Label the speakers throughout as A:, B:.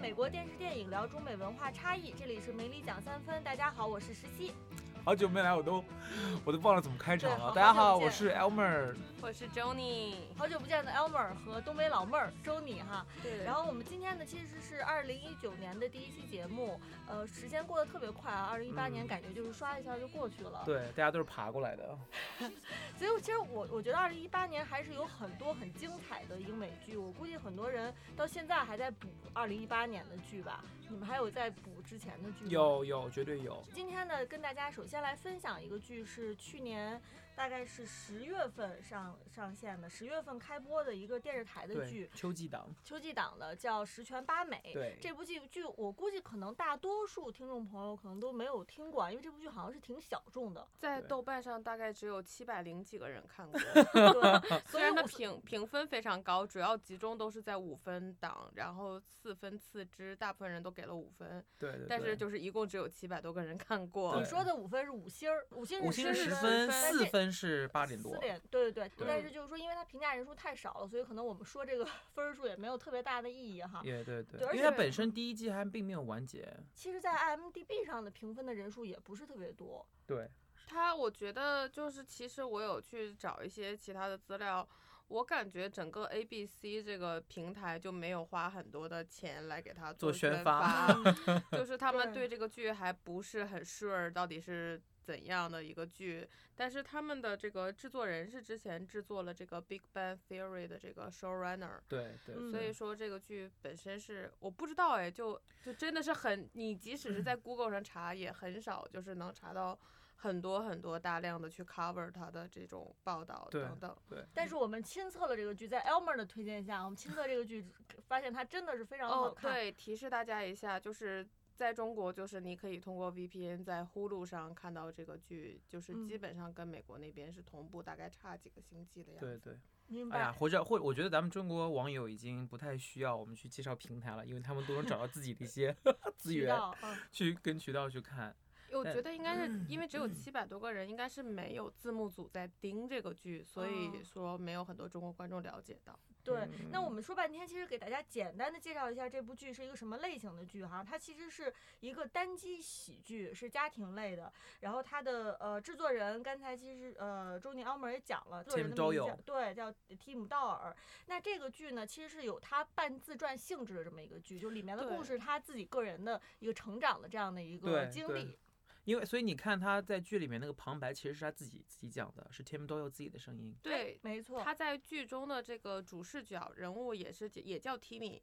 A: 美国电视电影，聊中美文化差异。这里是梅里讲三分，大家好，我是石溪。
B: 好久没来，我都我都忘了怎么开场
A: 对
B: 了。
A: 好
B: 大家好，
A: 好久不
B: 我
A: 见
B: 是 Elmer。
C: 我是 Jony，
A: 好久不见的 Elmer 和东北老妹儿周你哈，
C: 对
A: 然后我们今天呢其实是二零一九年的第一期节目，呃，时间过得特别快啊，二零一八年
B: 嗯
A: 感觉就是刷一下就过去了。
B: 对，大家都是爬过来的。
A: 所以我其实我我觉得二零一八年还是有很多很精彩的英美剧，我估计很多人到现在还在补二零一八年的剧吧。你们还有在补之前的剧吗？。
B: 有有，绝对有。
A: 今天呢，跟大家首先来分享一个剧，是去年大概是十月份上上线的，十月份开播的一个电视台的
B: 对
A: 剧，，
B: 秋季档。
A: 秋季档的，叫《十全八美》。
B: 对，
A: 哎这部剧剧，我估计可能大多数听众朋友可能都没有听过啊，因为这部剧好像是挺小众 的。
C: 在
B: 对
C: 豆瓣上大概只有七百零几个人看过，
A: 对，所
C: 虽
A: 以
C: 然它
A: 我
C: 评评分非常高，主要集中都是在五分档，然后四分次之，大部分人都给了五分，
B: 对对对。
C: 但是就是一共只有七百多个人看过
A: 你
B: 对。
A: 说的五分是五星儿，五星
B: 五
A: 是
B: 星
A: 十
B: 十
A: 分，
B: 分，
A: 但
B: 四
A: 是
B: 分是八点多
A: 四。点，对对对。
B: 对
A: 但是就是说，因为它评价人数太少了，所以可能我们说这个分儿数也没有特别大的意义哈。
B: 也对对
A: 对而，
B: 因为它
C: 且
B: 本身第一季还并没有完结。
A: 其实，在 IMDB 上的评分的人数也不是特别多。
B: 对，
C: 它我觉得就是，其实我有去找一些其他的资料。我感觉整个 A B C 这个平台就没有花很多的钱来给它
B: 做宣
C: 宣
B: 发
C: 发， 就是他们
A: 对
C: 对这个剧还不是很 sure 到底是怎样的一个剧，但是他们的这个制作人是之前制作了这个《Big Bang Theory》的这个 showrunner，
B: 对对
A: 嗯。
C: 所以
B: 对
C: 说这个剧本身是我不知道哎，就就真的是很，你即使是在
A: 嗯
C: Google 上查，也很少就是能查到很多很多大量的去 cover 它的这种报道
B: 对
C: 等等。
A: 但
C: 嗯
A: 是我们亲测了这个剧，在 Elmer 的推荐下，我们亲测这个剧，发现它真的是非常好
C: 哦，
A: 看。
C: 对，提示大家一下，就是在中国，就是你可以通过 VPN 在呼噜上看到这个剧，就是基
A: 嗯
C: 本上跟美国那边是同步，大概差几个星期的样
B: 对
C: 子。
B: 对，
A: 明
B: 哎
A: 白。
B: 呀，或者或，我觉得咱们中国网友已经不太需要我们去介绍平台了，因为他们都能找到自己的 一些资
A: 渠
B: 源，
A: 道，嗯，
B: 去跟渠道去看。
C: 我觉
A: 哎
B: 但
C: 得应该是因为只有七
A: 嗯
C: 百多个人，应该是没有字幕组在盯这个剧，所
A: 哦
C: 以说没有很多中国观众了解到。
A: 对，那我
B: 嗯
A: 们说半天，其实给大家简单的介绍一下这部剧是一个什么类型的剧哈。它其实是一个单机喜剧，是家庭类的。然后它的呃制作人，刚才其实呃周宁奥门也讲了，制作人
B: Tim
A: 的名字叫
B: Doyle
A: 对叫蒂姆道尔。那这个剧呢，其实是有他半自传性质的这么一个剧，就里面的故
C: 对
A: 事他自己个人的一个成长的这样的一个
B: 对
A: 经
B: 对
A: 历。
B: 因为所以你看他在剧里面那个旁白，其实是他自己自己讲的，是 Tim Doyle 自己的声音。
C: 对，
A: 没错，
C: 他在剧中的这个主视角人物也是也叫 Timmy，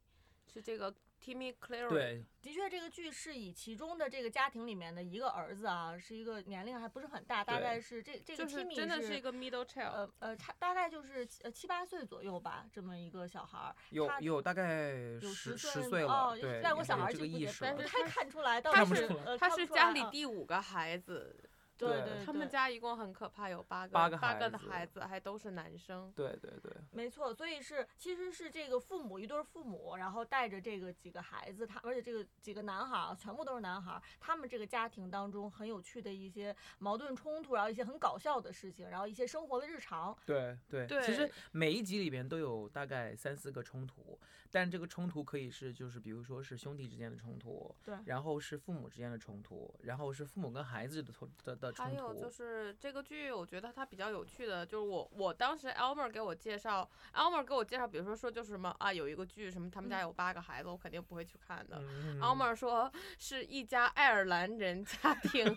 C: 是这个 Timmy Clary。
B: 对
A: 的确，这个剧是以其中的这个家庭里面的一个儿子啊，是一个年龄还不是很大，大
B: 对
A: 概是这这个
C: 就是
A: Timmy
C: 真的是一个 middle child，、
A: 呃呃，差大概就是七呃七八岁左右吧，这么一个小孩儿，
B: 有
A: 他
B: 有大概
A: 有
B: 十
A: 10
B: 十
A: 岁
B: 岁了，
A: 哦
B: 对，
A: 外国
B: 应
A: 小
B: 该有
A: 孩
B: 这
A: 就
B: 个
A: 不
B: 意
A: 也
B: 识
C: 但
B: 了
A: 不
C: 是
A: 太
C: 他
A: 看出来到底
C: 他
B: 不
C: 是
B: 出
A: 是呃
C: 他
A: 看不
C: 是
A: 出来
C: 家里
A: 啊
C: 第五个孩子，
A: 对
B: 对
A: 对，
C: 他们
A: 对
C: 家一共很可怕，有八个
B: 八个
C: 八
B: 孩
C: 个的
B: 子
C: 孩子还都是男生。
B: 对对对
A: 没错，所以是其实是这个父母一对儿父母，然后带着这个几个孩子，他而且这个几个男孩儿全部都是男孩儿，他们这个家庭当中很有趣的一些矛盾冲突，然后一些很搞笑的事情，然后一些生活的日常，
B: 对对
C: 对，
B: 其实每一集里边都有大概三四个冲突，但这个冲突可以是就是比如说是兄弟之间的冲突，
A: 对
B: 然后是父母之间的冲突，然后是父母跟孩子的冲的的冲
C: 还有就
B: 突，
C: 是这个剧，我觉得它比较有趣的，就是我我当时 Elmer 给我介绍，Elmer 给我介绍，比如说说就是什么啊，有一个剧什么他们家有八个孩子，我肯定不会去看的。
B: 嗯
C: Elmer 说是一家爱尔兰人家 庭，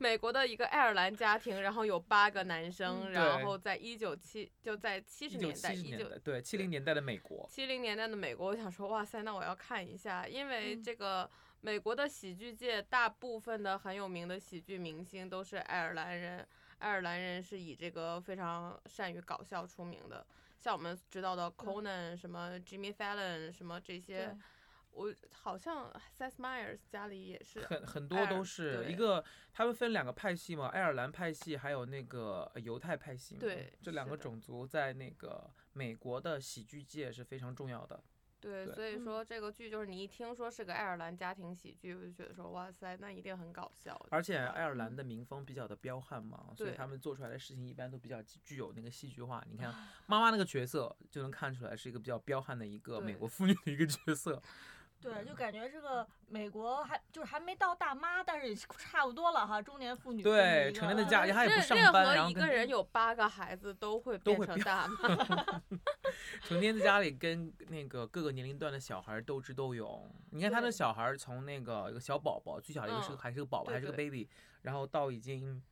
C: 美国的一个爱尔兰家庭，然后有八个男生，
A: 嗯
C: 然
B: 对
C: 后在一九七就在七十
B: 一九
C: 年代，
B: 七十
C: 一
B: 年
C: 九
B: 代，对七零年代的美国，
C: 七零年代的美国，我想说，哇塞，那我要看一下，因为
A: 嗯
C: 这个美国的喜剧界大部分的很有名的喜剧明星都是爱尔兰人，爱尔兰人是以这个非常善于搞笑出名的，像我们知道
B: 嗯
C: 的 Conan、什么 Jimmy Fallon、什么这些
A: 对，
C: 我好像 Seth Meyers 家里也是，
B: 很很多
C: 爱
B: 都
C: 尔
B: 是一
C: 对
B: 个，他们分两个派系嘛，爱尔兰派系还有那个呃犹太派系嘛。
C: 对
B: 这两
C: 是
B: 个
C: 的
B: 种族在那个美国的喜剧界是非常重要的。
C: 对，
B: 对
C: 所以说这个剧就是你一听说是个爱尔兰家庭喜剧，我就觉得说，哇塞，那一定很搞笑。啊
B: 而且爱尔兰的民风比较的彪悍嘛，所以
C: 嗯对啊
B: 他们做出来的事情一般都比较具具有那个戏剧化。你看妈妈那个角色就能看出来是一个比较彪悍的一个美
C: 对
B: 国妇女的一个角色。
A: 对，就感觉是个美国还就是还没到大妈，但是也差不多了哈，中年妇女这么
B: 对
A: 一个
B: 成年的
A: 嗯
B: 家庭她也不
C: 任
B: 上
C: 任
B: 班然
C: 何
B: 后
C: 一
B: 跟
C: 个人有八个孩子都会
B: 都
C: 变
B: 会
C: 成
B: 变
C: 大妈，
B: 成天在家里跟那个各个年龄段的小孩儿斗智斗勇。你看他的
A: 对
B: 小孩儿从那个一个小宝宝，最小的一个是个
C: 嗯
B: 还是个宝宝，
C: 对
B: 还是个 baby，然后到已经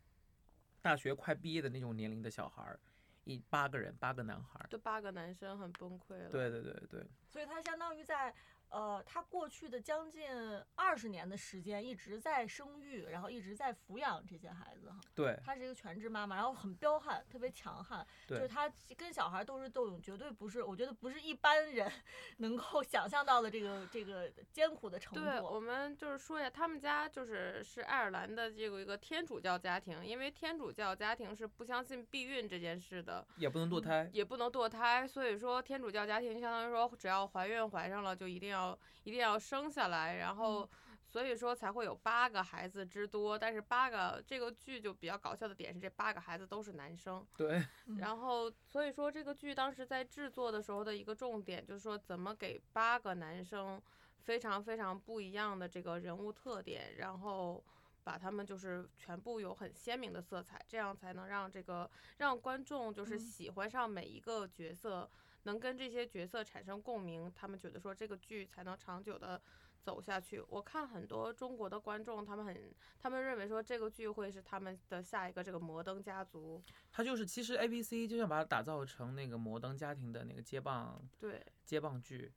B: 大学快毕业的那种年龄的小孩儿，一八个人，八个男孩儿。
C: 就八个男生很崩溃了。
B: 对对对对，
A: 所以他相当于在呃，他过去的将近二十年的时间一直在生育，然后一直在抚养这些孩子哈。
B: 对
A: 她是一个全职妈妈，然后很彪悍，特别强悍，就是
B: 对
A: 她跟小孩斗智斗勇，绝对不是我觉得不是一般人 能够想象到的这个这个艰苦的程
C: 对，
A: 度。
C: 我们就是说一下，他们家就是是爱尔兰的这个一个天主教家庭，因为天主教家庭是不相信避孕这件事的，
B: 也不能堕胎。
C: 也不能堕胎，所以说天主教家庭相当于说，只要怀孕怀上了，就一定要一定要生下来，然后。所以说才会有八个孩子之多，但是八个这个剧就比较搞笑的点是，这八个孩子都是男生。
B: 对，
A: 嗯
C: 然后，所以说这个剧当时在制作的时候的一个重点，就是说怎么给八个男生非常非常不一样的这个人物特点，然后把他们就是全部有很鲜明的色彩，这样才能让这个让观众就是
A: 嗯
C: 喜欢上每一个角色，能跟这些角色产生共鸣，他们觉得说这个剧才能长久的。走下去，我看很多中国的观众，他们很，他们认为说这个剧会是他们的下一个这个摩登家族，
B: 他就是其实 A B C 就想把它打造成那个摩登家庭的那个接棒
C: 对，
B: 接棒剧，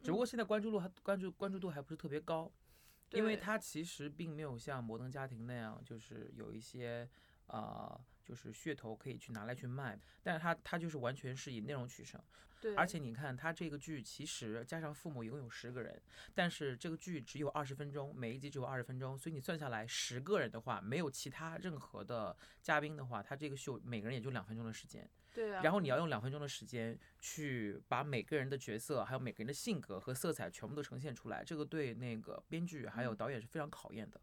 B: 只
C: 嗯
B: 不过现在关注度还关注关注度还不是特别高，因为
C: 对
B: 它其实并没有像《摩登家庭》那样，就是有一些呃，就是噱头可以去拿来去卖，但是它它就是完全是以内容取胜，
C: 对，
B: 而且你看它这个剧其实加上父母一共有十个人，但是这个剧只有二十分钟，每一集只有二十分钟，所以你算下来十个人的话，没有其他任何的嘉宾的话，它这个秀每个人也就两分钟的时间，
C: 对啊，
B: 然后你要用两分钟的时间去把每个人的角色，还有每个人的性格和色彩全部都呈现出来，这个对那个编剧还有
A: 嗯
B: 导演是非常考验的。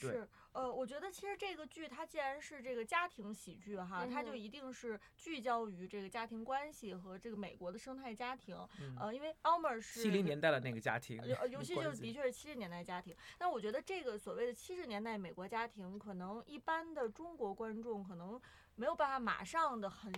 B: 对
A: 是，呃，我觉得其实这个剧它既然是这个家庭喜剧哈，它就
C: 嗯
A: 一定是聚焦于这个家庭关系和这个美国的生态家庭。
B: 嗯，
A: 呃，因为 Elmer 是
B: 七
A: 就
B: 零年代的那个家庭
A: 呃，尤尤其就
B: 关
A: 是
B: 系
A: 的确是七十年代家庭。但我觉得这个所谓的七十年代美国家庭，可能一般的中国观众可能没有办法马上的很。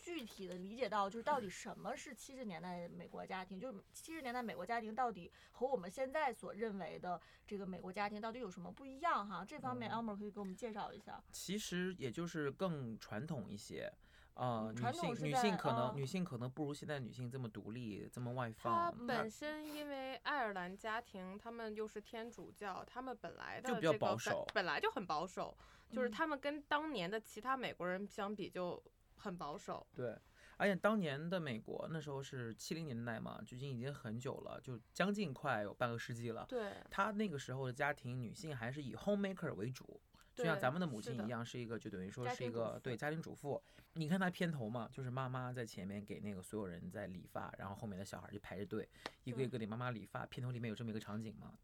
A: 具体的理解到，就是到底什么是七十年代美国家庭？就是七十年代美国家庭到底和我们现在所认为的这个美国家庭到底有什么不一样？哈，这方面
B: 嗯
A: Elmer 可以给我们介绍一下。
B: 其实也就是更传统一些。呃，
A: 嗯
B: 女
A: 传统
B: 性
A: 是
B: 女
A: 在
B: 性可能、
A: 嗯
B: 女性可能不如现在女性这么独立，这么外
C: 他
B: 放，她
C: 本身因为爱尔兰家庭，他们又是天主教，他们本来的
B: 就
C: 这
B: 比较
C: 个
B: 保
C: 本
B: 守
C: 本来就很保守，就是
A: 嗯
C: 他们跟当年的其他美国人相比就很保守。
B: 对。而且当年的美国那时候是七零年代嘛，距今已经很久了，就将近快有半个世纪了。
C: 对，
B: 她那个时候的家庭，女性还是以 homemaker 为主，就像
C: 对
B: 咱们的
C: 是
B: 母亲
C: 的
B: 一样，是一个就等于说
A: 家
B: 是一
A: 庭主
B: 个对
A: 妇
B: 家庭主妇。你看她片头嘛，就是妈妈在前面给那个所有人在理发，然后后面的小孩就排着队，一个
A: 对
B: 一个给妈妈理发。片头里面有这么一个场景嘛。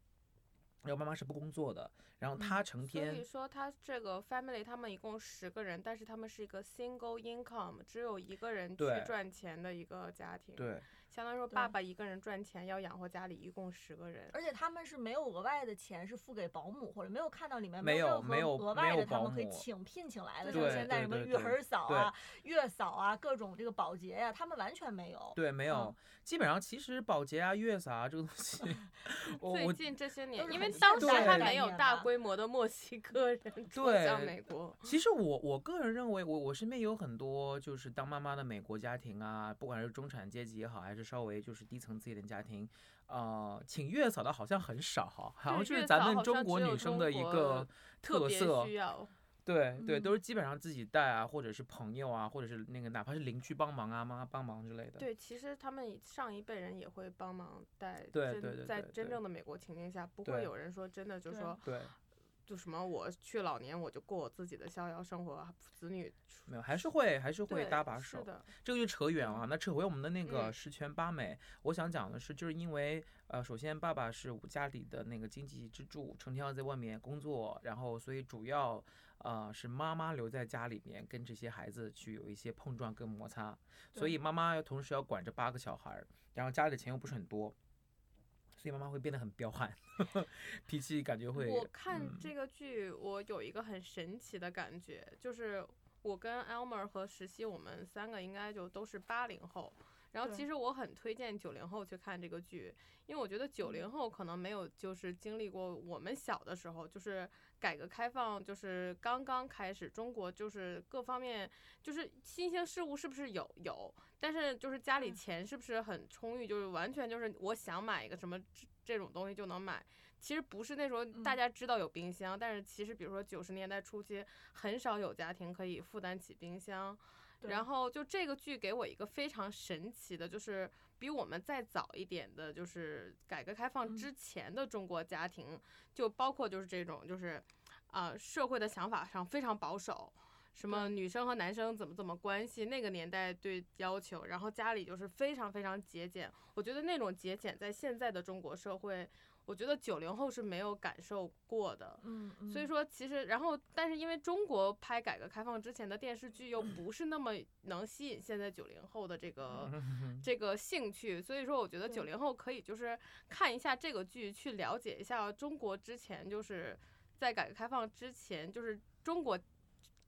B: 然后妈妈是不工作的，然后她成
C: 嗯所
B: 天
C: 以说他这个 family 他们一共十个人，但是他们是一个 single income，只有一个人去
B: 对
C: 赚钱的一个家庭。，
B: 对
C: 相当于说爸
A: 对
C: 爸一个人赚钱要养活家里一共十个人。
A: 而且他们是没有额外的钱是付给保姆，或者没有看到里面
B: 没有
A: 有
B: 没
A: 任
B: 有
A: 何额
B: 没
A: 外
B: 有
A: 的他
B: 保
A: 们可以
B: 姆
A: 请聘请来的，
C: 对
A: 像现在
B: 对
A: 什么
B: 对
A: 育
B: 对
A: 儿嫂
B: 对
A: 啊、月嫂啊，各种这个保洁呀、他们完全没有。
B: 对，没有
A: 嗯。
B: 基本上其实保洁啊、月嫂啊这个东西，我
C: 最
B: 哦我
C: 近这些
A: 都
C: 年，
A: 是
C: 因为
A: 很
C: 当时
B: 现代
C: 还
B: 的
C: 没
A: 概
C: 有
A: 念
C: 大
A: 吧
C: 规模的墨西哥人 冲向
B: 对
C: 美国，
B: 其实我我个人认为我，我身边有很多就是当妈妈的美国家庭啊，不管是中产阶级也好，还是稍微就是低层次一点家庭，呃，请月嫂的好像很少哈，好像
C: 对
B: 就是
C: 月
B: 咱
C: 嫂
B: 们
C: 好
B: 中
C: 像
B: 国
C: 只有
B: 女生
C: 中
B: 的一
C: 国
B: 个特
C: 别
B: 色
C: 需，要。
B: 对对，都
A: 嗯
B: 是基本上自己带啊，或者是朋友啊，或者是那个哪怕是邻居帮忙啊，妈妈帮忙之类的。
C: 对，其实他们上一辈人也会帮忙带，
B: 对
C: 真
B: 对对
C: 在
B: 对
C: 真
B: 对
C: 正的美国情境下，不
B: 对
C: 会有人说真的就
A: 对
C: 说
B: 对，
C: 就什么我去老年我就过我自己的逍遥生活，子女出
B: 没有，还是会还是会
C: 对
B: 搭把
C: 是
B: 手。
C: 的，
B: 这个就扯远了啊。那扯回我们的那个
C: 嗯
B: 十全八美，我想讲的是，就是因为呃，首先爸爸是我家里的那个经济支柱，成天要在外面工作，然后所以主要呃是妈妈留在家里面跟这些孩子去有一些碰撞跟摩擦，所
A: 对
B: 以妈妈要同时要管着八个小孩儿，然后家里的钱又不是很多。所以妈妈会变得很彪悍， 脾气感觉会。
C: 我看
B: 嗯
C: 这个剧，我有一个很神奇的感觉，就是我跟 Elmer 和石溪，我们三个应该就都是八零后。然后
A: 对
C: 其实我很推荐九零后去看这个剧，因为我觉得九零后可能没有就是经历过我们小的时候，就是改革开放就是刚刚开始，中国就是各方面就是新兴事物是不是有有，但是就是家里
A: 嗯
C: 钱是不是很充裕，就是完全就是我想买一个什么这这种东西就能买，其实不是那时候大
A: 嗯
C: 家知道有冰箱，但是其实比如说九十年代初期，很少有家庭可以负担起冰箱。
A: 对
C: 然后就这个剧给我一个非常神奇的，就是比我们再早一点的，就是改革开放
A: 嗯
C: 之前的中国家庭，就包括就是这种就是，啊、社会的想法上非常保守。什么
A: 对
C: 女生和男生怎么怎么关系？那个年代对要求，然后家里就是非常非常节俭。我觉得那种节俭在现在的中国社会，我觉得九零后是没有感受过的。
A: 嗯，嗯
C: 所以说，其实，然后，但是因为中国拍改革开放之前的电视剧又不是那么能吸引现在九零后的这个
B: 嗯
C: 这个兴趣，所以说，我觉得
A: 对
C: 九零后可以就是看一下这个剧，去了解一下中国之前就是在改革开放之前，就是中国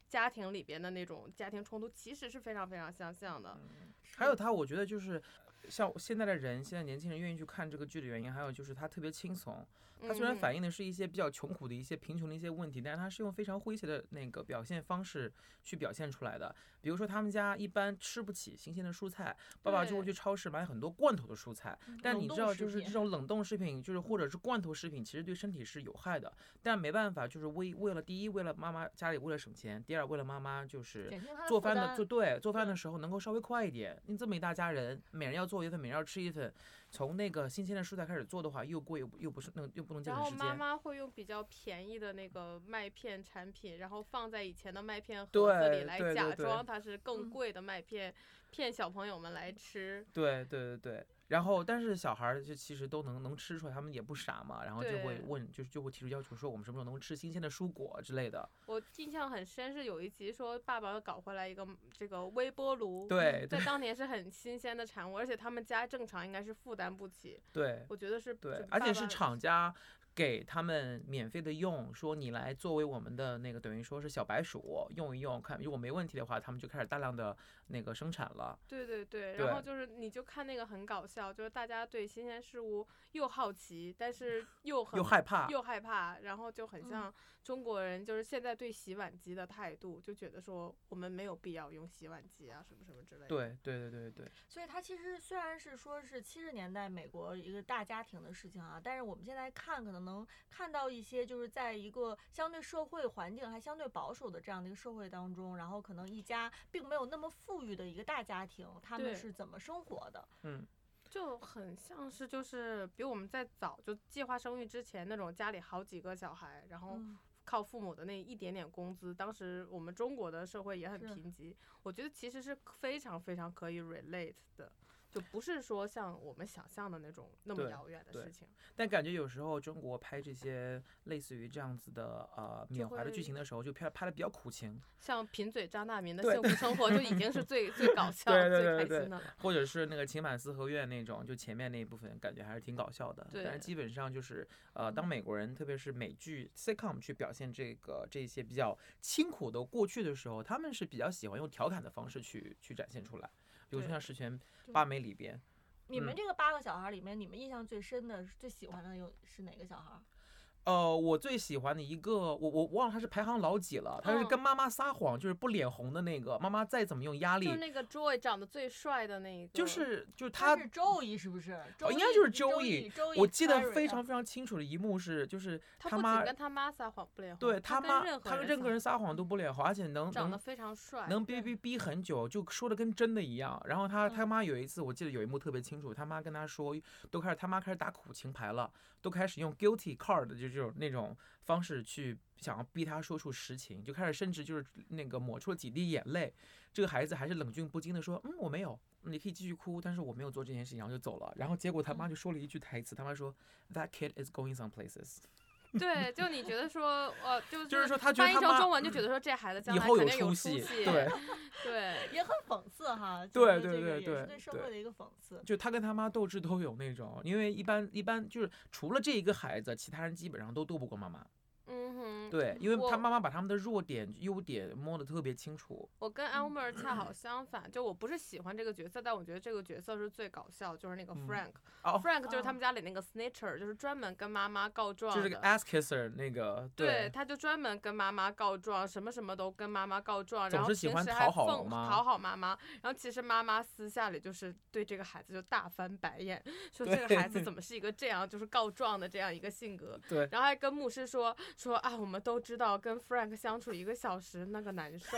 C: 家庭里边的那种家庭冲突，其实是非常非常相像的。
B: 嗯还有他，我觉得就是呃像现在的人，现在年轻人愿意去看这个剧的原因，还有就是他特别轻松。他虽然
C: 嗯
B: 反映的是一些比较穷苦的一些贫穷的一些问题，但是他是用非常诙谐的那个表现方式去表现出来的。比如说他们家一般吃不起新鲜的蔬菜，爸爸就会去
C: 对
B: 超市买很多罐头的蔬菜。
A: 嗯
B: 但
A: 冷
B: 你知
A: 冻
B: 道，
A: 食
B: 就是这
A: 品
B: 种冷冻食品，就是或者是罐头食品，其实对身体是有害的。但没办法，就是为为了第一，为了妈妈家里为了省钱；第二，为了妈妈就是
A: 减轻他
B: 做
A: 负
B: 饭的
A: 担
B: 做对做饭
A: 对
B: 的时候能够稍微快一点。你这么一大家人，每人要做一份，每人要吃一份，从那个新鲜的蔬菜开始做的话，又贵又不又不是能又不能节
C: 然
B: 省
C: 后
B: 时
C: 妈
B: 间。
C: 妈会用比较便宜的那个麦片产品，然后放在以前的麦片盒子
B: 对
C: 里来
B: 对对
C: 假
B: 对
C: 装它是更
A: 嗯
C: 贵的麦片，骗小朋友们来吃。
B: 对对对对。然后，但是小孩儿就其实都能能吃出来，他们也不傻嘛，然后就会
C: 对
B: 问，就是就会提出要求说，我们什么时候能吃新鲜的蔬果之类的。
C: 我印象很深是有一集说爸爸搞回来一个这个微波炉，
B: 对
C: 在
B: 对
C: 当年是很新鲜的产物，而且他们家正常应该是负担不起，
B: 对，
C: 我觉得是
B: 对
C: 就，
B: 而且
C: 爸
B: 是
C: 爸
B: 厂家给他们免费的用，说你来作为我们的那个等于说是小白鼠用一用，看如果没问题的话，他们就开始大量的那个生产了。
C: 对对对，
B: 对
C: 然后就是你就看那个很搞笑，就是大家对新鲜事物又好奇，但是 又很
B: 又害怕
C: 又害怕，然后就很
A: 嗯
C: 像中国人就是现在对洗碗机的态度，就觉得说我们没有必要用洗碗机啊什么什么之类的。，
B: 对对对对对，
A: 所以它其实虽然是说是七十年代美国一个大家庭的事情啊，但是我们现在看可能能看到一些就是在一个相对社会环境还相对保守的这样的一个社会当中，然后可能一家并没有那么富裕的一个大家庭，他
C: 对
A: 们是怎么生活的？
B: 嗯，
C: 就很像是就是比我们在早就计划生育之前那种家里好几个小孩，然后
A: 嗯，
C: 靠父母的那一点点工资，当时我们中国的社会也很
A: 是
C: 贫瘠，我觉得其实是非常非常可以 relate 的，就不是说像我们想象的那种那么
B: 对
C: 遥远的
B: 对
C: 事情。
B: 但感觉有时候中国拍这些类似于这样子的呃缅怀的
C: 会
B: 剧情的时候，就拍拍的比较苦情，
C: 像贫嘴张大民的
B: 对
C: 幸福生活就已经 是最最搞笑、
B: 对对对
C: 最
B: 对
C: 开心的了。
B: 或者是那个情满四合院那种，就前面那一部分感觉还是挺搞笑的。但
C: 对嗯
B: 是基本上就是呃，当美国人特别是美剧 sitcom 去表现这个这些比较清苦的过去的时候，他们是比较喜欢用调侃的方式去去展现出来。比如说
C: 对
B: 像《十全
A: 对
B: 八美》里边，
A: 你们
B: 嗯
A: 这个八个小孩里面，你们印象最深的、最喜欢的有是哪个小孩？
B: 呃，我最喜欢的一个，我我忘了他是排行老几了，他是
C: 嗯
B: 跟妈妈撒谎，就是不脸红的那个，妈妈再怎么用压力
C: 就是，那个 Joy 长得最帅的那一个，
B: 就是就是
A: 他
B: 他哦
A: 是周易是不是？周
B: 应该就是
A: 周
B: Joey
A: 周易，
B: 我记得
A: Perry
B: 非
A: 啊
B: 常非常清楚的一幕是，就是
C: 他
B: 他
C: 不
B: 妈
C: 仅跟他妈撒谎不脸红，
B: 对
C: 他
B: 他妈
C: 跟任，何
B: 他跟任何
C: 撒
B: 人撒谎都不脸红，而且能
C: 长得
B: 能
C: 非常帅，
B: 能逼逼逼很久，就说的跟真的一样。然后他他
A: 嗯
B: 妈有一次，我记得有一幕特别清楚，他妈跟他说，都开始他妈开始打苦情牌了，都开始用 guilty card 就这种那种方式去想要逼他说出实情，就开始甚至就是那个抹出了几滴眼泪。这个孩子还是冷峻不惊的说，嗯，我没有。你可以继续哭，但是我没有做这件
C: 嗯
B: 事情，然后就走了。然后结果他妈就说了一句台词，他妈说 "That kid is going some places"，
C: 对，就你觉得说，呃，就
B: 就是说他觉得
C: 翻译
B: 他
C: 成
B: 妈
C: 中文就觉得说这孩子将
B: 以
C: 来
B: 后
C: 肯
B: 有
C: 定有
B: 息，
C: 出息，
B: 对，
C: 对
A: 也很讽刺哈，就
B: 对
A: 是
B: 对
A: 这个
B: 对
A: 也是
B: 对
A: 对社
B: 对
A: 会的一个讽刺。
B: 就他跟他妈斗智斗勇那种，因为一般一般就是除了这一个孩子，其他人基本上都斗不过妈妈。
C: 嗯哼，
B: 对，因为他
C: 我
B: 妈妈把他们的弱点、优点摸得特别清楚。
C: 我跟 Elmer 恰好相反，就我不是喜欢这个角色，但我觉得这个角色是最搞笑，就是那个
B: 嗯
C: Frank，Frank、
B: 哦，
C: Frank 就是他
A: 啊
C: 们家里那个 snitcher，就是专门跟妈妈告状
B: 就
C: 的，
B: 是个哎 ass kisser 那个，
C: 对，他就专门跟妈妈告状，什么什么都跟妈妈告状，
B: 总
C: 然后
B: 是喜
C: 平
B: 欢
C: 时
B: 讨
C: 还
B: 好
C: 奉
B: 妈
C: 讨好妈妈，然后其实妈妈私下里就是对这个孩子就大翻白眼，说这个孩子怎么是一个这样就是告状的这样一个性格，
B: 对
C: 然后还跟牧师说说啊，我们都知道跟 Frank 相处一个小时那个 难受，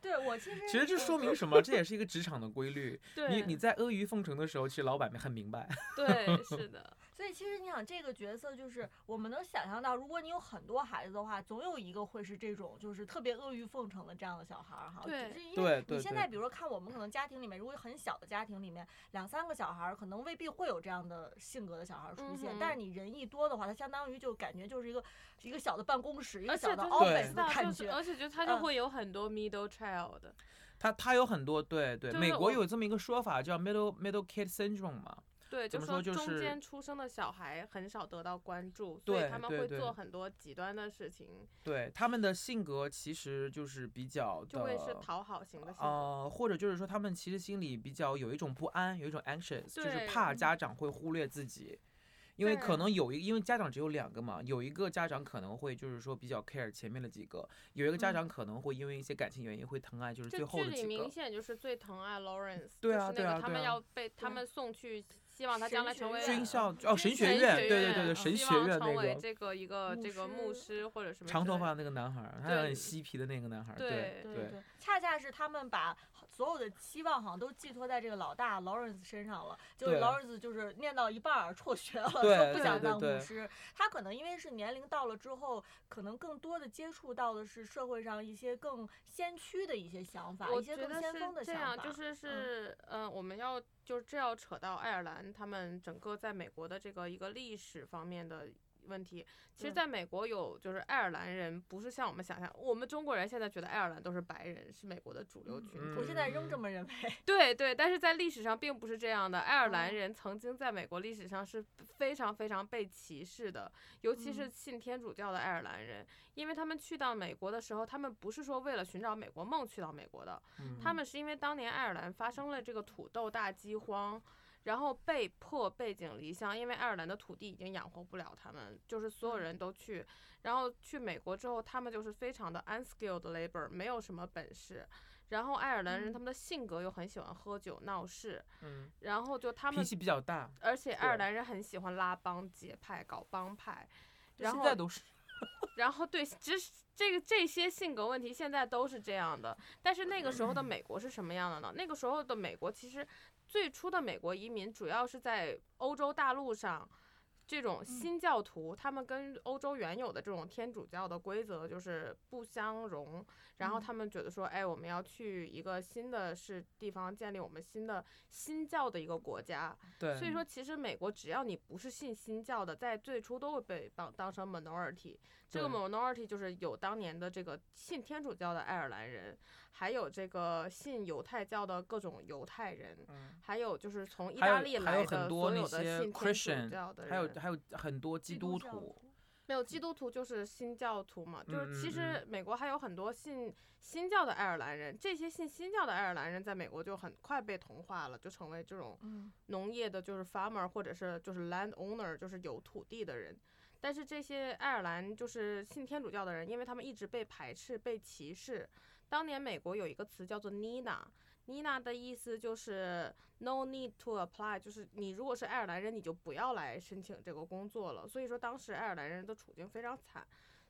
A: 对我其实
B: 其实这
A: 我
B: 说明什么？这也是一个职场的规 律。你
C: 对，
B: 你在阿谀奉承的时候，其实老板很明白。
C: 对，是的，
A: 所以其实你想，这个角色就是我们能想象到，如果你有很多孩子的话，总有一个会是这种就是特别阿谀奉承的这样的小孩儿哈。
C: 对
A: 就是因为
B: 对
A: 你
B: 对
A: 现在
B: 对，
A: 比如说看我们可能家庭里面，如果很小的家庭里面，两三个小孩儿可能未必会有这样的性格的小孩儿出现，
C: 嗯哼
A: 但是你人一多的话，他相当于就感觉就是一个一个小的办公室，一个
C: 而且
A: 小的
C: 就是
B: 我
A: office 的
B: 知
C: 那就
A: 感
C: 是，
A: 觉。
C: 而且就他就
A: 嗯
C: 会有很多 middle child 的，
B: 他他有很多对对，
C: 就
B: 美
C: 是
B: 国
C: 我
B: 有这么一个说法叫 middle middle kid syndrome 嘛，
C: 对，
B: 怎
C: 就
B: 么说就
C: 中
B: 是
C: 间出生的小孩很少得到关注，所
B: 对
C: 以他们
B: 对
C: 会
B: 对
C: 做很多极端的事情，
B: 对他们的性格其实就是比较
C: 就会是
B: 的。
C: 讨好型 的性格。
B: 呃，或者就是说，他们其实心里比较有一种不安，有一种 anxious，就是
C: 对
B: 怕
A: 嗯
B: 家长会忽略自己，因为可
C: 对
B: 能有一，因为家长只有两个嘛，有一个家长可能会就是说比较 care 前面的几个，有一个家
A: 嗯
B: 长可能会因为一些感情原因会疼爱就是
C: 这
B: 最后
C: 剧
B: 的
C: 里
B: 几
C: 明
B: 个。
C: 显就是最疼爱 Lawrence，
B: 对
C: 就
B: 啊
C: 是
B: 对
C: 那
B: 啊
C: 个他
B: 对
C: 们
B: 啊
C: 要被他
A: 对
C: 们送去，希望他
A: 神
C: 将来
A: 学
C: 成为
A: 院
B: 军
A: 啊
B: 校哦，神
A: 神
B: 学
A: 学
B: 院，
A: 院
B: 对对对对，
A: 啊
B: 神
C: 嗯希
B: 学
C: 望
B: 院
C: 成为
B: 那个
C: 这个一个这个
A: 牧
C: 牧
A: 师
C: 师或者什么
B: 长
C: 之
B: 头
C: 类
B: 发
C: 的，
B: 的那个男孩儿，他有
C: 对
B: 点嬉皮的那个男孩儿，对
C: 对
A: 对对，恰恰是他们把所有的期望好像都寄托在这个老大 Lawrence 身上了，就是
B: 对
A: Lawrence 就是念到一半儿辍学 了，
B: 对
A: 说不
B: 对
A: 想
B: 对
A: 当
B: 对
A: 牧师。他可能因为是年龄到了之后，可能更多的接触到的是社会上一些更先驱的一些想法，
C: 我
A: 一
C: 觉
A: 些
C: 得
A: 更
C: 是
A: 先锋的
C: 这
A: 想
C: 样，
A: 法。
C: 就是是，嗯、我们要就是这要扯到爱尔兰他们整个在美国的这个一个历史方面的问题。其实，
A: 对
C: 在美国有就是爱尔兰人，不是像我们想象，我们中国人现在觉得爱尔兰都是白人，是美国的主
B: 嗯
C: 流群体。
A: 我现在仍这么认为。
C: 对对，但是在历史上并不是这样的。爱尔
A: 哦
C: 兰人曾经在美国历史上是非常非常被歧视的，尤其是
A: 嗯
C: 信天主教的爱尔兰人，因为他们去到美国的时候，他们不是说为了寻找美国梦去到美国的。
B: 嗯
C: 他们是因为当年爱尔兰发生了这个土豆大饥荒，然后被迫背井离乡，因为爱尔兰的土地已经养活不了他们，就是所有
A: 嗯
C: 人都去，然后去美国之后，他们就是非常的 unskilled labor，没有什么本事。然后爱尔兰人
A: 嗯
C: 他们的性格又很喜欢喝酒闹事，
B: 嗯
C: 然后就他
B: 脾
C: 们，
B: 气比较大，
C: 而且爱尔
B: 对
C: 兰人很喜欢拉帮结派，搞帮派。然
B: 现
C: 后
B: 在都是
C: 然后对，只是这个这些性格问题现在都是这样的，但是那个时候的美国是什么样的呢？那个时候的美国其实最初的美国移民主要是在欧洲大陆上。这种新教徒，他们跟欧洲原有的这种天主教的规则就是不相容，然
A: 嗯
C: 后他们觉得说，哎，我们要去一个新的是地方建立我们新的新教的一个国家，
B: 对，
C: 所以说，其实美国只要你不是信新教的，在最初都会被当当成 minority。这个
B: 对
C: minority 就是有当年的这个信天主教的爱尔兰人，还有这个信犹太教的各种犹太人，
B: 嗯
C: 还有就是从意
B: 还
C: 大
B: 有
C: 利
B: 还有
C: 来
B: 很
C: 的
B: 多
C: 所
B: 那
C: 有的
B: 些
C: 信天主
B: Christian，
C: 教的人，
B: 还有还有很多基督
A: 教
B: 徒，
C: 没有基督徒就是新教徒嘛，就
B: 嗯
C: 是其
B: 嗯
C: 实美国还有很多信新教的爱尔兰人，这些信新教的爱尔兰人在美国就很快被同化了，就成为这种。
A: 嗯，
C: 农业的，就是 farmer 或者是就是 land owner，就是有土地的人。但是这些爱尔兰就是信天主教的人，因为他们一直被排斥、被歧视。当年美国有一个词叫做 Nina，Nina 的意思就是 no need to apply，就是你如果是爱尔兰人，你就不要来申请这个工作了。所以说当时爱尔兰人的处境非常惨，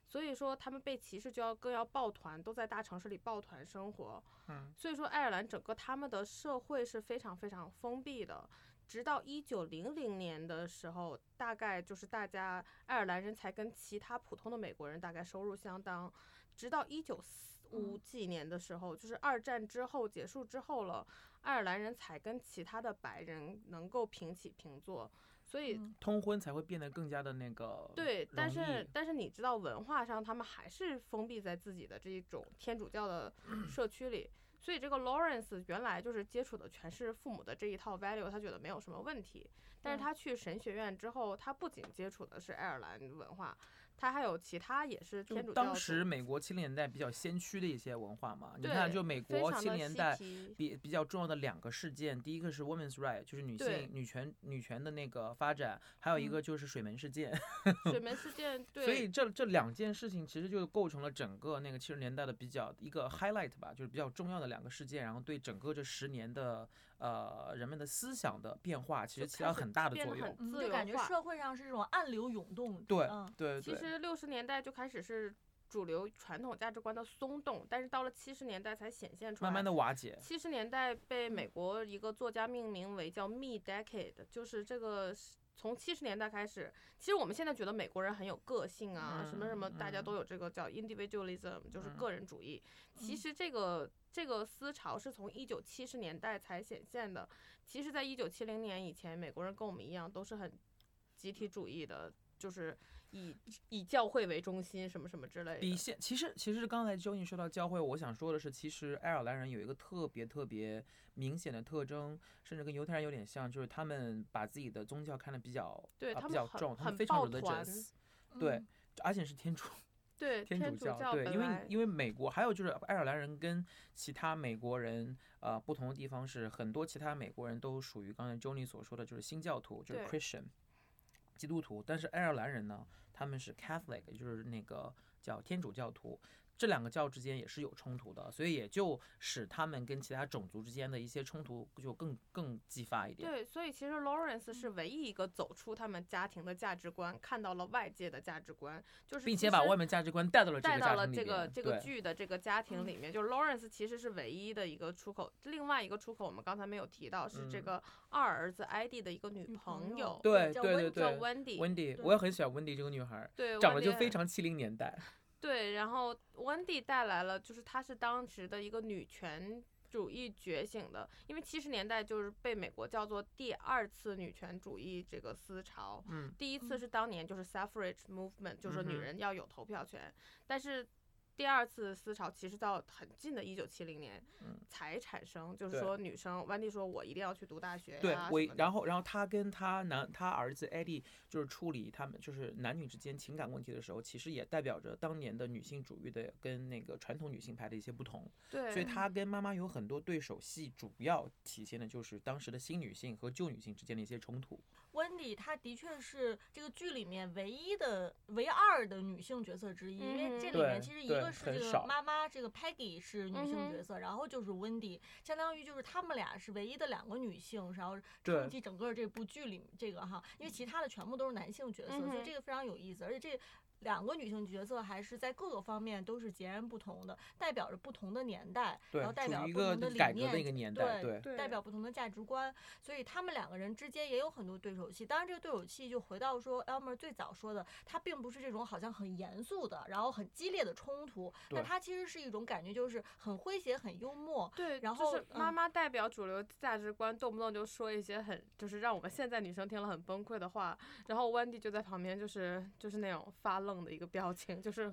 C: 所以说他们被歧视就要更要抱团，都在大城市里抱团生活。
B: 嗯，
C: 所以说爱尔兰整个他们的社会是非常非常封闭的，直到一九零零年的时候，大概就是大家爱尔兰人才跟其他普通的美国人大概收入相当，直到一九四五几年的时候，就是二战之后结束之后了，爱尔兰人才跟其他的白人能够平起平坐。所以
A: 嗯
B: 通婚才会变得更加的那个
C: 对，但
B: 容
C: 是
B: 易
C: 但是你知道，文化上他们还是封闭在自己的这一种天主 教的社区里，所以这个 Lawrence 原来就是接触的全是父母的这一套 value，他觉得没有什么问题。但
B: 嗯
C: 是
A: 对
C: 他去神学院之后，他不仅接触的是爱尔兰文化，他还有其他也是天
B: 就
C: 主教
B: 当
C: 徒
B: 时美国七零年代比较先驱的一些文化嘛，你
C: 对
B: 看就美
C: 非
B: 国
C: 常
B: 七零
C: 的
B: 年
C: 稀
B: 代
C: 奇
B: 比比较重要的两个事件，第一个是 women's right，就是女
C: 对
B: 性女权女权的那个发展，还有一
A: 嗯
B: 个就是水门事件，
C: 水门事 件对，
B: 所以这这两件事情其实就构成了整个那个七十年代的比较一个 highlight 吧，就是比较重要的两个事件，然后对整个这十年的呃人们的思想的变化，其
C: 就
B: 实起
C: 开
B: 到
C: 始
B: 很大的
C: 变
B: 作
C: 得
B: 用
C: 很。
A: 嗯，
C: 自
A: 就
C: 由
A: 感觉
C: 化
A: 社会上是这种暗流涌动。
B: 对
A: 嗯，
B: 对
C: 其
B: 对，
C: 实六十年代就开始是主流传统价值观的松动，但是到了七十年代才显现出来。
B: 慢慢的嗯瓦解。
C: 七十年代被美国一个作家命名为叫 “me decade”，就是这个是从七十年代开始，其实我们现在觉得美国人很有个性啊，什么什么，
B: 嗯
C: 大家都有这个叫 individualism，就是
B: 嗯
C: 个人主义。其
A: 嗯
C: 实这个这个思潮是从一九七十年代才显现的。其实，在一九七零年以前，美国人跟我们一样都是很集体主义的，就是以以教会为中心，什么什么之类
B: 比
C: 的。
B: 现其实其实刚才 Joey 说到教会，我想说的是，其实爱尔兰人有一个特别特别明显的特征，甚至跟犹太人有点像，就是他们把自己的宗教看得比较
C: 对
B: 啊
C: 他
B: 比
C: 们
B: 较
C: 很
B: 重，他们
C: 很
B: 非常
C: 抱团
B: religious，对
A: 嗯，
B: 而且是天主
C: 对，
B: 天
C: 主
B: 主教，对，
C: 本
B: 因为
C: 来
B: 因为美国还有就是爱尔兰人跟其他美国人呃不同的地方是，很多其他美国人都属于刚才 Johnny 所说的就是新教徒，就是
C: 对
B: Christian 基督徒，但是爱尔兰人呢，他们是 Catholic，也就是那个叫天主教徒。这两个教之间也是有冲突的，所以也就使他们跟其他种族之间的一些冲突就更更激发一点。
C: 对，所以其实 Lawrence
B: 嗯
C: 是唯一一个走出他们家庭的价值观，看到了外界的价值观，就是
B: 并
C: 其
B: 且把
C: 实
B: 外面价值观带到了这
C: 带
B: 个家
C: 到了
B: 庭里
C: 这个
B: 边。
C: 这个
B: 对，嗯
C: 剧的这个家庭里面。就是 Lawrence 其实是唯一的一个出口，另外一个出口我们刚才没有提到是这
B: 嗯
C: 个二儿子 ID 的一个女
A: 嗯女
C: 朋
A: 友
C: 友，
B: 对
A: 叫
B: 对
A: 温
B: 对
A: 州
C: 叫
B: 对
C: Wendy，
B: Wendy，
A: 对
B: 我也很喜欢 Wendy 这个女孩儿，
C: 对，
B: 长得就
C: Wendy
B: 非常七零年代。
C: 对，然后 Wendy 带来了，就是她是当时的一个女权主义觉醒的，因为七十年代就是被美国叫做第二次女权主义这个思潮。
B: 嗯，
C: 第一次
A: 嗯
C: 是当年就是 suffrage movement，就是说
B: 嗯
C: 女
B: 哼
C: 人要有投票权，但是第二次思潮其实到很近的一九七零年
B: 嗯
C: 才产生，就是
B: 对
C: 说女生，温蒂说我一定要去读大学呀、
B: 对
C: 啊什
B: 我
C: 么
B: 一，
C: 的
B: 然后然后他跟他男他儿子 Eddie 就是处理他们就是男女之间情感问题的时候，其实也代表着当年的女性主义的跟那个传统女性派的一些不同，
C: 对，
B: 所以他跟妈妈有很多对手戏，主要体现的就是当时的新女性和旧女性之间的一些冲突。
A: 温迪她的确是这个剧里面唯一的、唯二的女性角色之一，因为这
C: 嗯哼
A: 里面
B: 对
A: 其实一
B: 对
A: 个是
B: 很
A: 这
B: 少
A: 个妈妈，这个 Peggy 是女
C: 嗯
A: 性
C: 哼
A: 角色，然后就是温迪，相当于就是她们俩是唯一的两个女性，然后
B: 对
A: 撑起整个这部剧里这个哈，因为其他的全部都是男性角色，
C: 嗯
A: 所以
C: 哼
A: 这个非常有意思，而且这。两个女性角色还是在各个方面都是截然不同的，代表着不同的年代，
B: 对
A: 然后，代
B: 处
A: 表
B: 于一
A: 不
B: 个
A: 同的理
B: 改革
A: 念
B: 的一个年代，
A: 对
B: 对
C: 对
A: 代表不同的价值观，所以他们两个人之间也有很多对手戏。当然，这个对手戏就回到说 Elmer 最早说的，他并不是这种好像很严肃的，然后很激烈的冲突，
B: 对
A: 但他其实是一种感觉，就是很诙谐、很幽默。
C: 对，
A: 然
C: 就
A: 后
C: 是妈
A: 嗯
C: 妈代表主流价值观，动不动就说一些很就是让我们现在女生听了很崩溃的话，然后 Wendy 就在旁边就是就是那种发愣的一个表情，就是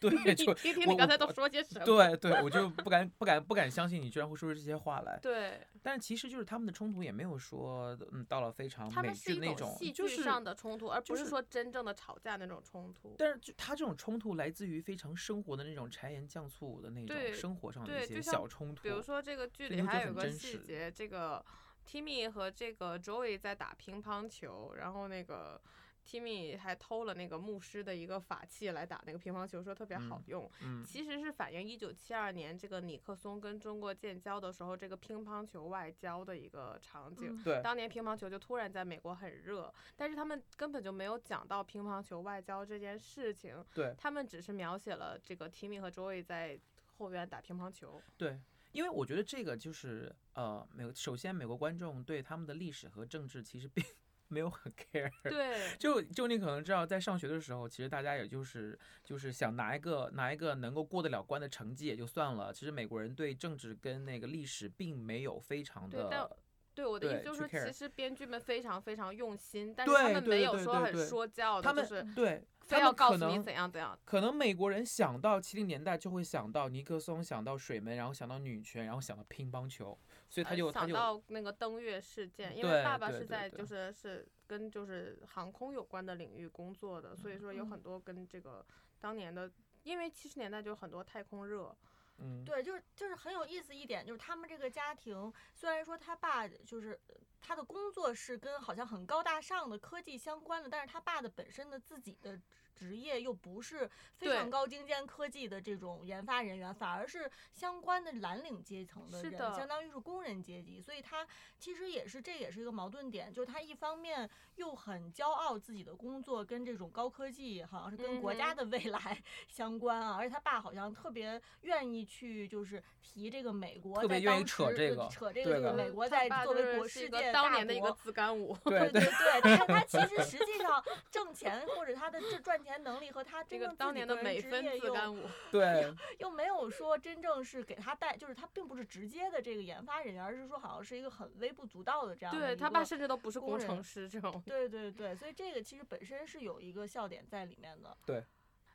B: 对，
C: 你
B: 就
C: 听听
B: 我
C: 你
B: 我
C: 刚才都
B: 我
C: 说些什么？
B: 对对，我就不敢不敢不敢相信你居然会说出这些话来。
C: 对，
B: 但是其实就是他们的冲突也没有说嗯到了非常
C: 他
B: 美
C: 们是
B: 剧
C: 一
B: 的那
C: 种戏
B: 就
C: 剧
B: 是
C: 上的冲突，而
B: 就
C: 不是
B: 是
C: 说真正的吵架那种冲突。
B: 但是就他这种冲突来自于非常生活的那种柴盐酱醋的那
C: 对
B: 种生活上的
C: 对
B: 一些
C: 就像
B: 小冲突，
C: 比如说这个剧
B: 所以
C: 里
B: 你会觉
C: 还
B: 得
C: 有
B: 很
C: 个
B: 真
C: 细
B: 实
C: 节，这个 Timmy 和这个 Joey 在打乒乓球，然后那个 Timmy 还偷了那个牧师的一个法器来打那个乒乓球，说特别好
B: 嗯
C: 用。
B: 嗯，
C: 其实是反映一九七二年这个尼克松跟中国建交的时候，这个乒乓球外交的一个场景。
A: 嗯
B: 对，
C: 当年乒乓球就突然在美国很热，但是他们根本就没有讲到乒乓球外交这件事情，
B: 对
C: 他们只是描写了这个 Timmy 和 Joey 在后院打乒乓球。
B: 对，因为我觉得这个就是呃，美国首先美国观众对他们的历史和政治其实并 没有很 care，，
C: 对
B: 就就你可能知道，在上学的时候，其实大家也就是就是想拿一个拿一个能够过得了关的成绩也就算了。其实美国人对政治跟那个历史并没有非常
C: 对但
B: 的
C: 对我的意思
B: 对
C: 就是
B: 去
C: 说，其
B: care
C: 实编剧们非常非常用心，但是他
B: 对
C: 们
B: 对
C: 没
B: 对
C: 有
B: 对
C: 说
B: 对
C: 很
B: 对
C: 说教
B: 他
C: 的，就
B: 们
C: 是
B: 对，
C: 非
B: 他
C: 要
B: 们
C: 告
B: 可
C: 诉你
B: 能
C: 怎样怎样。
B: 可能美国人想到七零年代就会想到尼克松，想到水门，然后想到女权，然后想到乒乓球，所以他
C: 呃
B: 就他
C: 想
B: 就
C: 到那个登月事件，因为
B: 对
C: 爸爸
B: 对
C: 是
B: 对
C: 在
B: 对
C: 就是是跟就是航空有关的领域工作的，所以说有
A: 嗯
C: 很多跟这个当年的，因为七十年代就很多太空热，
B: 嗯，
A: 对，就是就是很有意思一点，就是他们这个家庭，虽然说他爸就是呃他的工作是跟好像很高大上的科技相关的，但是他爸的本身的自己的职业又不是非常
C: 对
A: 高精尖科技的这种研发人员，反而是相关的蓝领阶层的
C: 是
A: 人，
C: 的
A: 相当于是工人阶级，所以他其实也是这也是一个矛盾点，就是他一方面又很骄傲自己的工作跟这种高科技好像是跟国
C: 嗯
A: 家
C: 哼
A: 的未来相关啊，而且他爸好像特别愿意去就是提这个美国，
B: 特别
A: 在
B: 愿意
A: 当
B: 扯
A: 时
B: 这
A: 就
B: 个
A: 扯这个
B: 对啊
A: 这个
B: 的
A: 美国
C: 他
A: 在
C: 爸
A: 作
C: 就
A: 为
C: 是
A: 国
C: 是一
A: 世
C: 个
A: 界
C: 当
A: 大
C: 年的一个
A: 国
C: 自干五，
A: 对
B: 对
A: 对对，他他其实实际上挣钱或者他的这赚钱能力和他
C: 这
A: 真
C: 个
A: 正
C: 当
A: 自己
C: 年
A: 个
C: 的
A: 人
C: 美
A: 职
C: 分
A: 业
C: 自
A: 又
C: 干五，
B: 对
A: 又没有说真正是给他带，就是他并不是直接的这个研发人员，而是说好像是一个很微不足道的这样的
C: 对
A: 一
C: 他爸
A: 个
C: 甚至都不是
A: 工
C: 工
A: 人
C: 程师这种。
A: 对对对，所以这个其实本身是有一个笑点在里面的。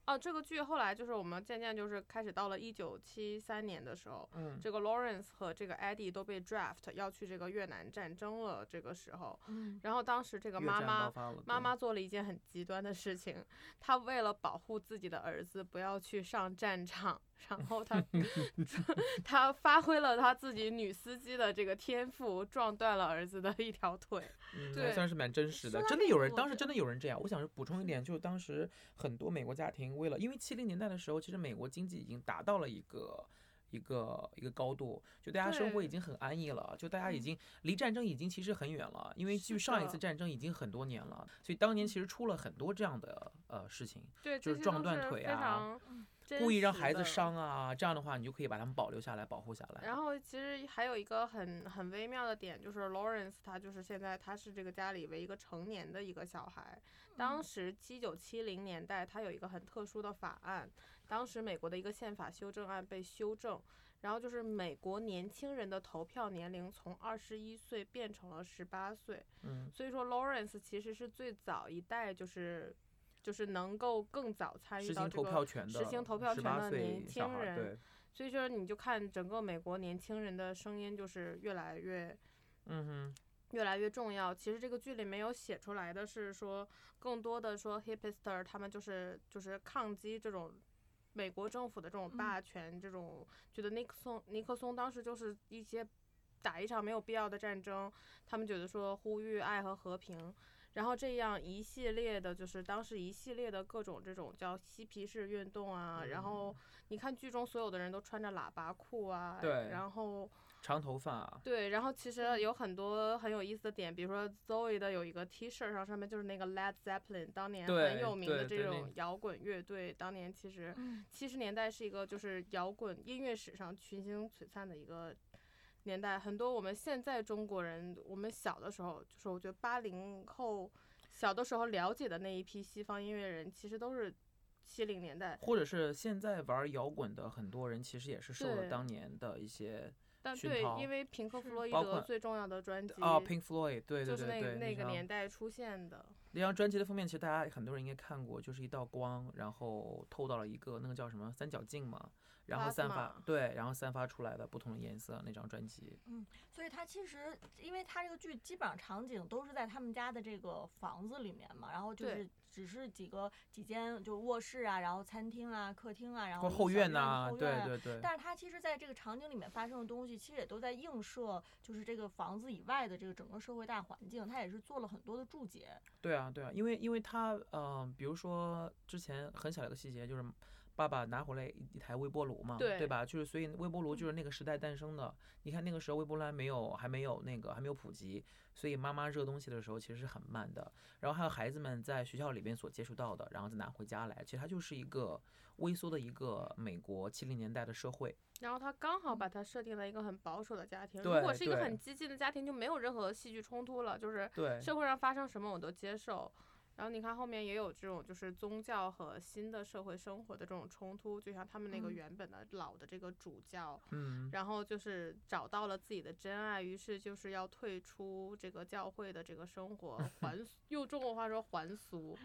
C: 哦，这个剧后来就是我们渐渐就是开始到了一九七三年的时候，
B: 嗯，
C: 这个 Lawrence 和这个 Eddie 都被 draft 要去这个越南战争了。这个时候，
A: 嗯，
C: 然后当时这个
B: 越
C: 妈
B: 战
C: 妈
B: 爆发了
C: 妈
B: 对
C: 妈做了一件很极端的事情，她为了保护自己的儿子不要去上战场，然 后她她发挥了她自己女司机的这个天赋，撞断了儿子的一条腿。
B: 嗯，
C: 对
B: 还算是蛮真实的
A: 说。到
B: 真
A: 这
B: 的有
A: 个
B: 人，
A: 我
B: 当
A: 觉
B: 时真的有人这样。我想补充一
A: 是
C: 嗯
B: 点，就是当时很多美国家庭为了，因为七零年代的时候，其实美国经济已经达到了一个。一个一个高度，就大家生活
C: 对
B: 已经很安逸了，就大家已
A: 嗯
B: 经离战争已经其实很远了，因为
C: 是
B: 距上一次
C: 的
B: 战争已经很多年了，所以当年其实出了很多这样的呃事情，
C: 对，
B: 就
C: 这
B: 是
C: 些
B: 撞
C: 都
B: 断
C: 是
B: 腿
C: 非
B: 啊
C: 常
B: 故意让
C: 真实
B: 孩
C: 的
B: 子。伤啊，这样的话你就可以把他们保留下来，保护下来。
C: 然后其实还有一个很很微妙的点，就是 Lawrence 他就是现在他是这个家里唯一一个成年的一个小孩。当
B: 嗯
C: 时一九七零年代，它有一个很特殊的法案，当时美国的一个宪法修正案被修正，然后就是美国年轻人的投票年龄从二十一岁变成了十八岁，
B: 嗯，
C: 所以说 Lawrence 其实是最早一代就是就是能够更早参与
B: 实
C: 到
B: 行
C: 这
B: 投票
C: 个，
B: 权的，
C: 实行投票权
B: 18
C: 的
B: 岁
C: 年
B: 小
C: 轻
B: 孩
C: 人
B: 对，
C: 所以说你就看整个美国年轻人的声音就是越来越
B: 嗯哼，
C: 越来越重要。其实这个剧里没有写出来的是说，更多的说 hipster 他们就是就是抗击这种美国政府的这种
A: 嗯
C: 霸权，这种觉得尼克松尼克松当时就是一些打一场没有必要的战争，他们觉得说呼吁爱和和平。然后这样一系列的，就是当时一系列的各种这种叫嬉皮士运动啊，然后你看剧中所有的人都穿着喇叭裤啊，
B: 对
C: 然后
B: 长头发，啊
C: 对，然后其实
B: 嗯
C: 有很多很有意思的点，比如说 Zoe 的有一个 T 恤上上面就是那个 Led Zeppelin 当年很
B: 对
C: 有名的
B: 对
C: 这
B: 对那
C: 种摇滚乐队，当年其实
A: 嗯
C: 七十年代是一个就是摇滚音乐史上群星璀璨的一个年代，很多我们现在中国人，我们小的时候就是我觉得八零后小的时候了解的那一批西方音乐人，其实都是七零年代，
B: 或者是现在玩摇滚的很多人，其实也是受了
C: 对
B: 当年的一些
C: 但
B: 熏
C: 对，
B: 陶
C: 因为平克·
A: 是
C: 弗洛伊
B: 包
C: 德
B: 括
C: 最重要的专辑
B: 啊，Pink Floyd，对
C: 就
B: 对
C: 是
B: 对
C: 那
B: 对，
C: 那个
B: 张
C: 年代出现的。
B: 那张专辑的封面，其实大家很多人应该看过，就是一道光，然后透到了一个那个叫什么三角镜嘛，然后散发
C: Plasma
B: 对，然后散发出来的不同的颜色那张专辑，
A: 哦所以他其实，因为他这个剧基本上场景都是在他们家的这个房子里面嘛，然后就
C: 对
A: 是只是几个几间就卧室啊，然后餐厅啊、客厅啊，然后
B: 或
A: 一
B: 后
A: 小
B: 院
A: 的
B: 呐、
A: 后院
B: 对
A: 啊
B: 对对，
A: 但是它其实在这个场景里面发生的东西，其实也都在映射，就是这个房子以外的这个整个社会大环境，它也是做了很多的注解。
B: 对啊，对啊，因为因为他，呃，比如说之前很小的一个细节就是。爸爸拿回来一一台微波炉嘛，
C: 对
B: 吧？就是所以微波炉就是那个时代诞生的。你看那个时候微波炉还没有还没有那个还没有普及，所以妈妈热东西的时候其实是很慢的。然后还有孩子们在学校里边所接触到的，然后再拿回家来，其实它就是一个微缩的一个美国七零年代的社会。
C: 然后他刚好把他设定在一个很保守的家庭，
B: 嗯
C: 如
B: 对
C: 果是一个
B: 对
C: 很激进的家庭，就没有任何戏剧冲突了，就是
B: 对
C: 社会上发生什么我都接受。然后你看后面也有这种就是宗教和新的社会生活的这种冲突，就像他们那个
A: 嗯
C: 原本的老的这个主教，
B: 嗯，
C: 然后就是找到了自己的真爱，于是就是要退出这个教会的这个 生活，还俗用中国话说还俗，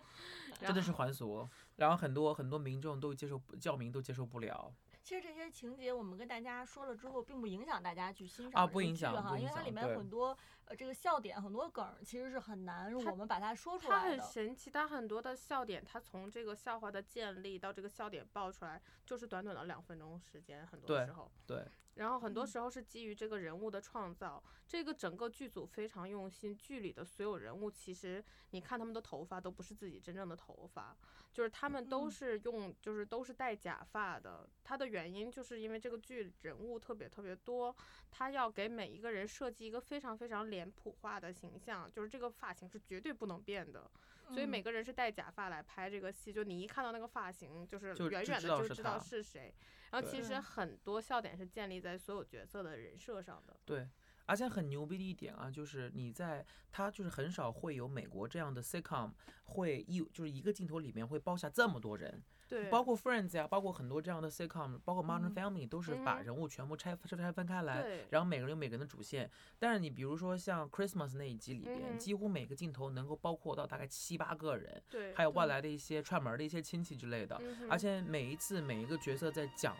B: 真的是还俗。然后很多很多民众都接受不，教民都接受不了。
A: 其实这些情节我们跟大家说了之后，并不影响大家去欣赏
B: 啊
A: 这
B: 不
A: 个
B: 影
A: 剧
B: 响
A: 哈，
B: 不
A: 因
B: 影
A: 为它里
B: 响
A: 面
B: 对
A: 很多呃这个笑点、很多梗儿，其实是很难
C: 它
A: 我们把它说出
C: 它
A: 来
C: 很
A: 的。
C: 神奇，它很多的笑点，它从这个笑话的建立到这个笑点爆出来，就是短短的两分钟时间，很多
B: 对
C: 时候。
B: 对，
C: 然后很多
A: 嗯
C: 时候是基于这个人物的创造，这个整个剧组非常用心，剧里的所有人物其实你看他们的头发都不是自己真正的头发，就是他们都
A: 嗯
C: 是用，就是都是戴假发的。它的原因就是因为这个剧人物特别特别多，他要给每一个人设计一个非常非常脸谱化的形象，就是这个发型是绝对不能变的。所以每
A: 嗯
C: 个人是戴假发来拍这个戏，就你一看到那个发型，就是
B: 就
C: 远
B: 就
C: 远
B: 知
C: 的
B: 道
C: 就是知
B: 他
C: 道是谁。然后
B: 对
C: 其实
A: 对
C: 很多笑点是建立在所有角色的人设上的。
B: 对，而且很牛逼的一点啊，就是你在它就是很少会有美国这样的 sitcom 会一就是一个镜头里面会包下这么多人，
C: 对，
B: 包括 Friends 呀、包括很多这样的 sitcom，包括 Modern
A: 嗯
B: Family 都是把
C: 嗯
B: 人物全部拆拆拆分开来。
C: 对，
B: 然后每个人有每个人的主线，但是你比如说像 Christmas 那一集里边，
C: 嗯
B: 几乎每个镜头能够包括到大概七八个人，
C: 对，
B: 还有外
A: 对
B: 来的一些串门儿的一些亲戚之类的，
C: 嗯哼
B: 而且每一次每一个角色在讲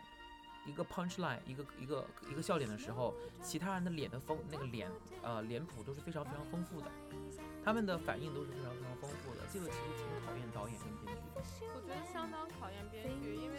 B: 一个 punch line 一个一个一个笑点的时候，其他人的脸的丰那个脸呃脸谱都是非常非常丰富的，他们的反应都是非常非常丰富的，这个其实挺考验导演跟编剧的。
C: 我觉得相当考验编剧，因为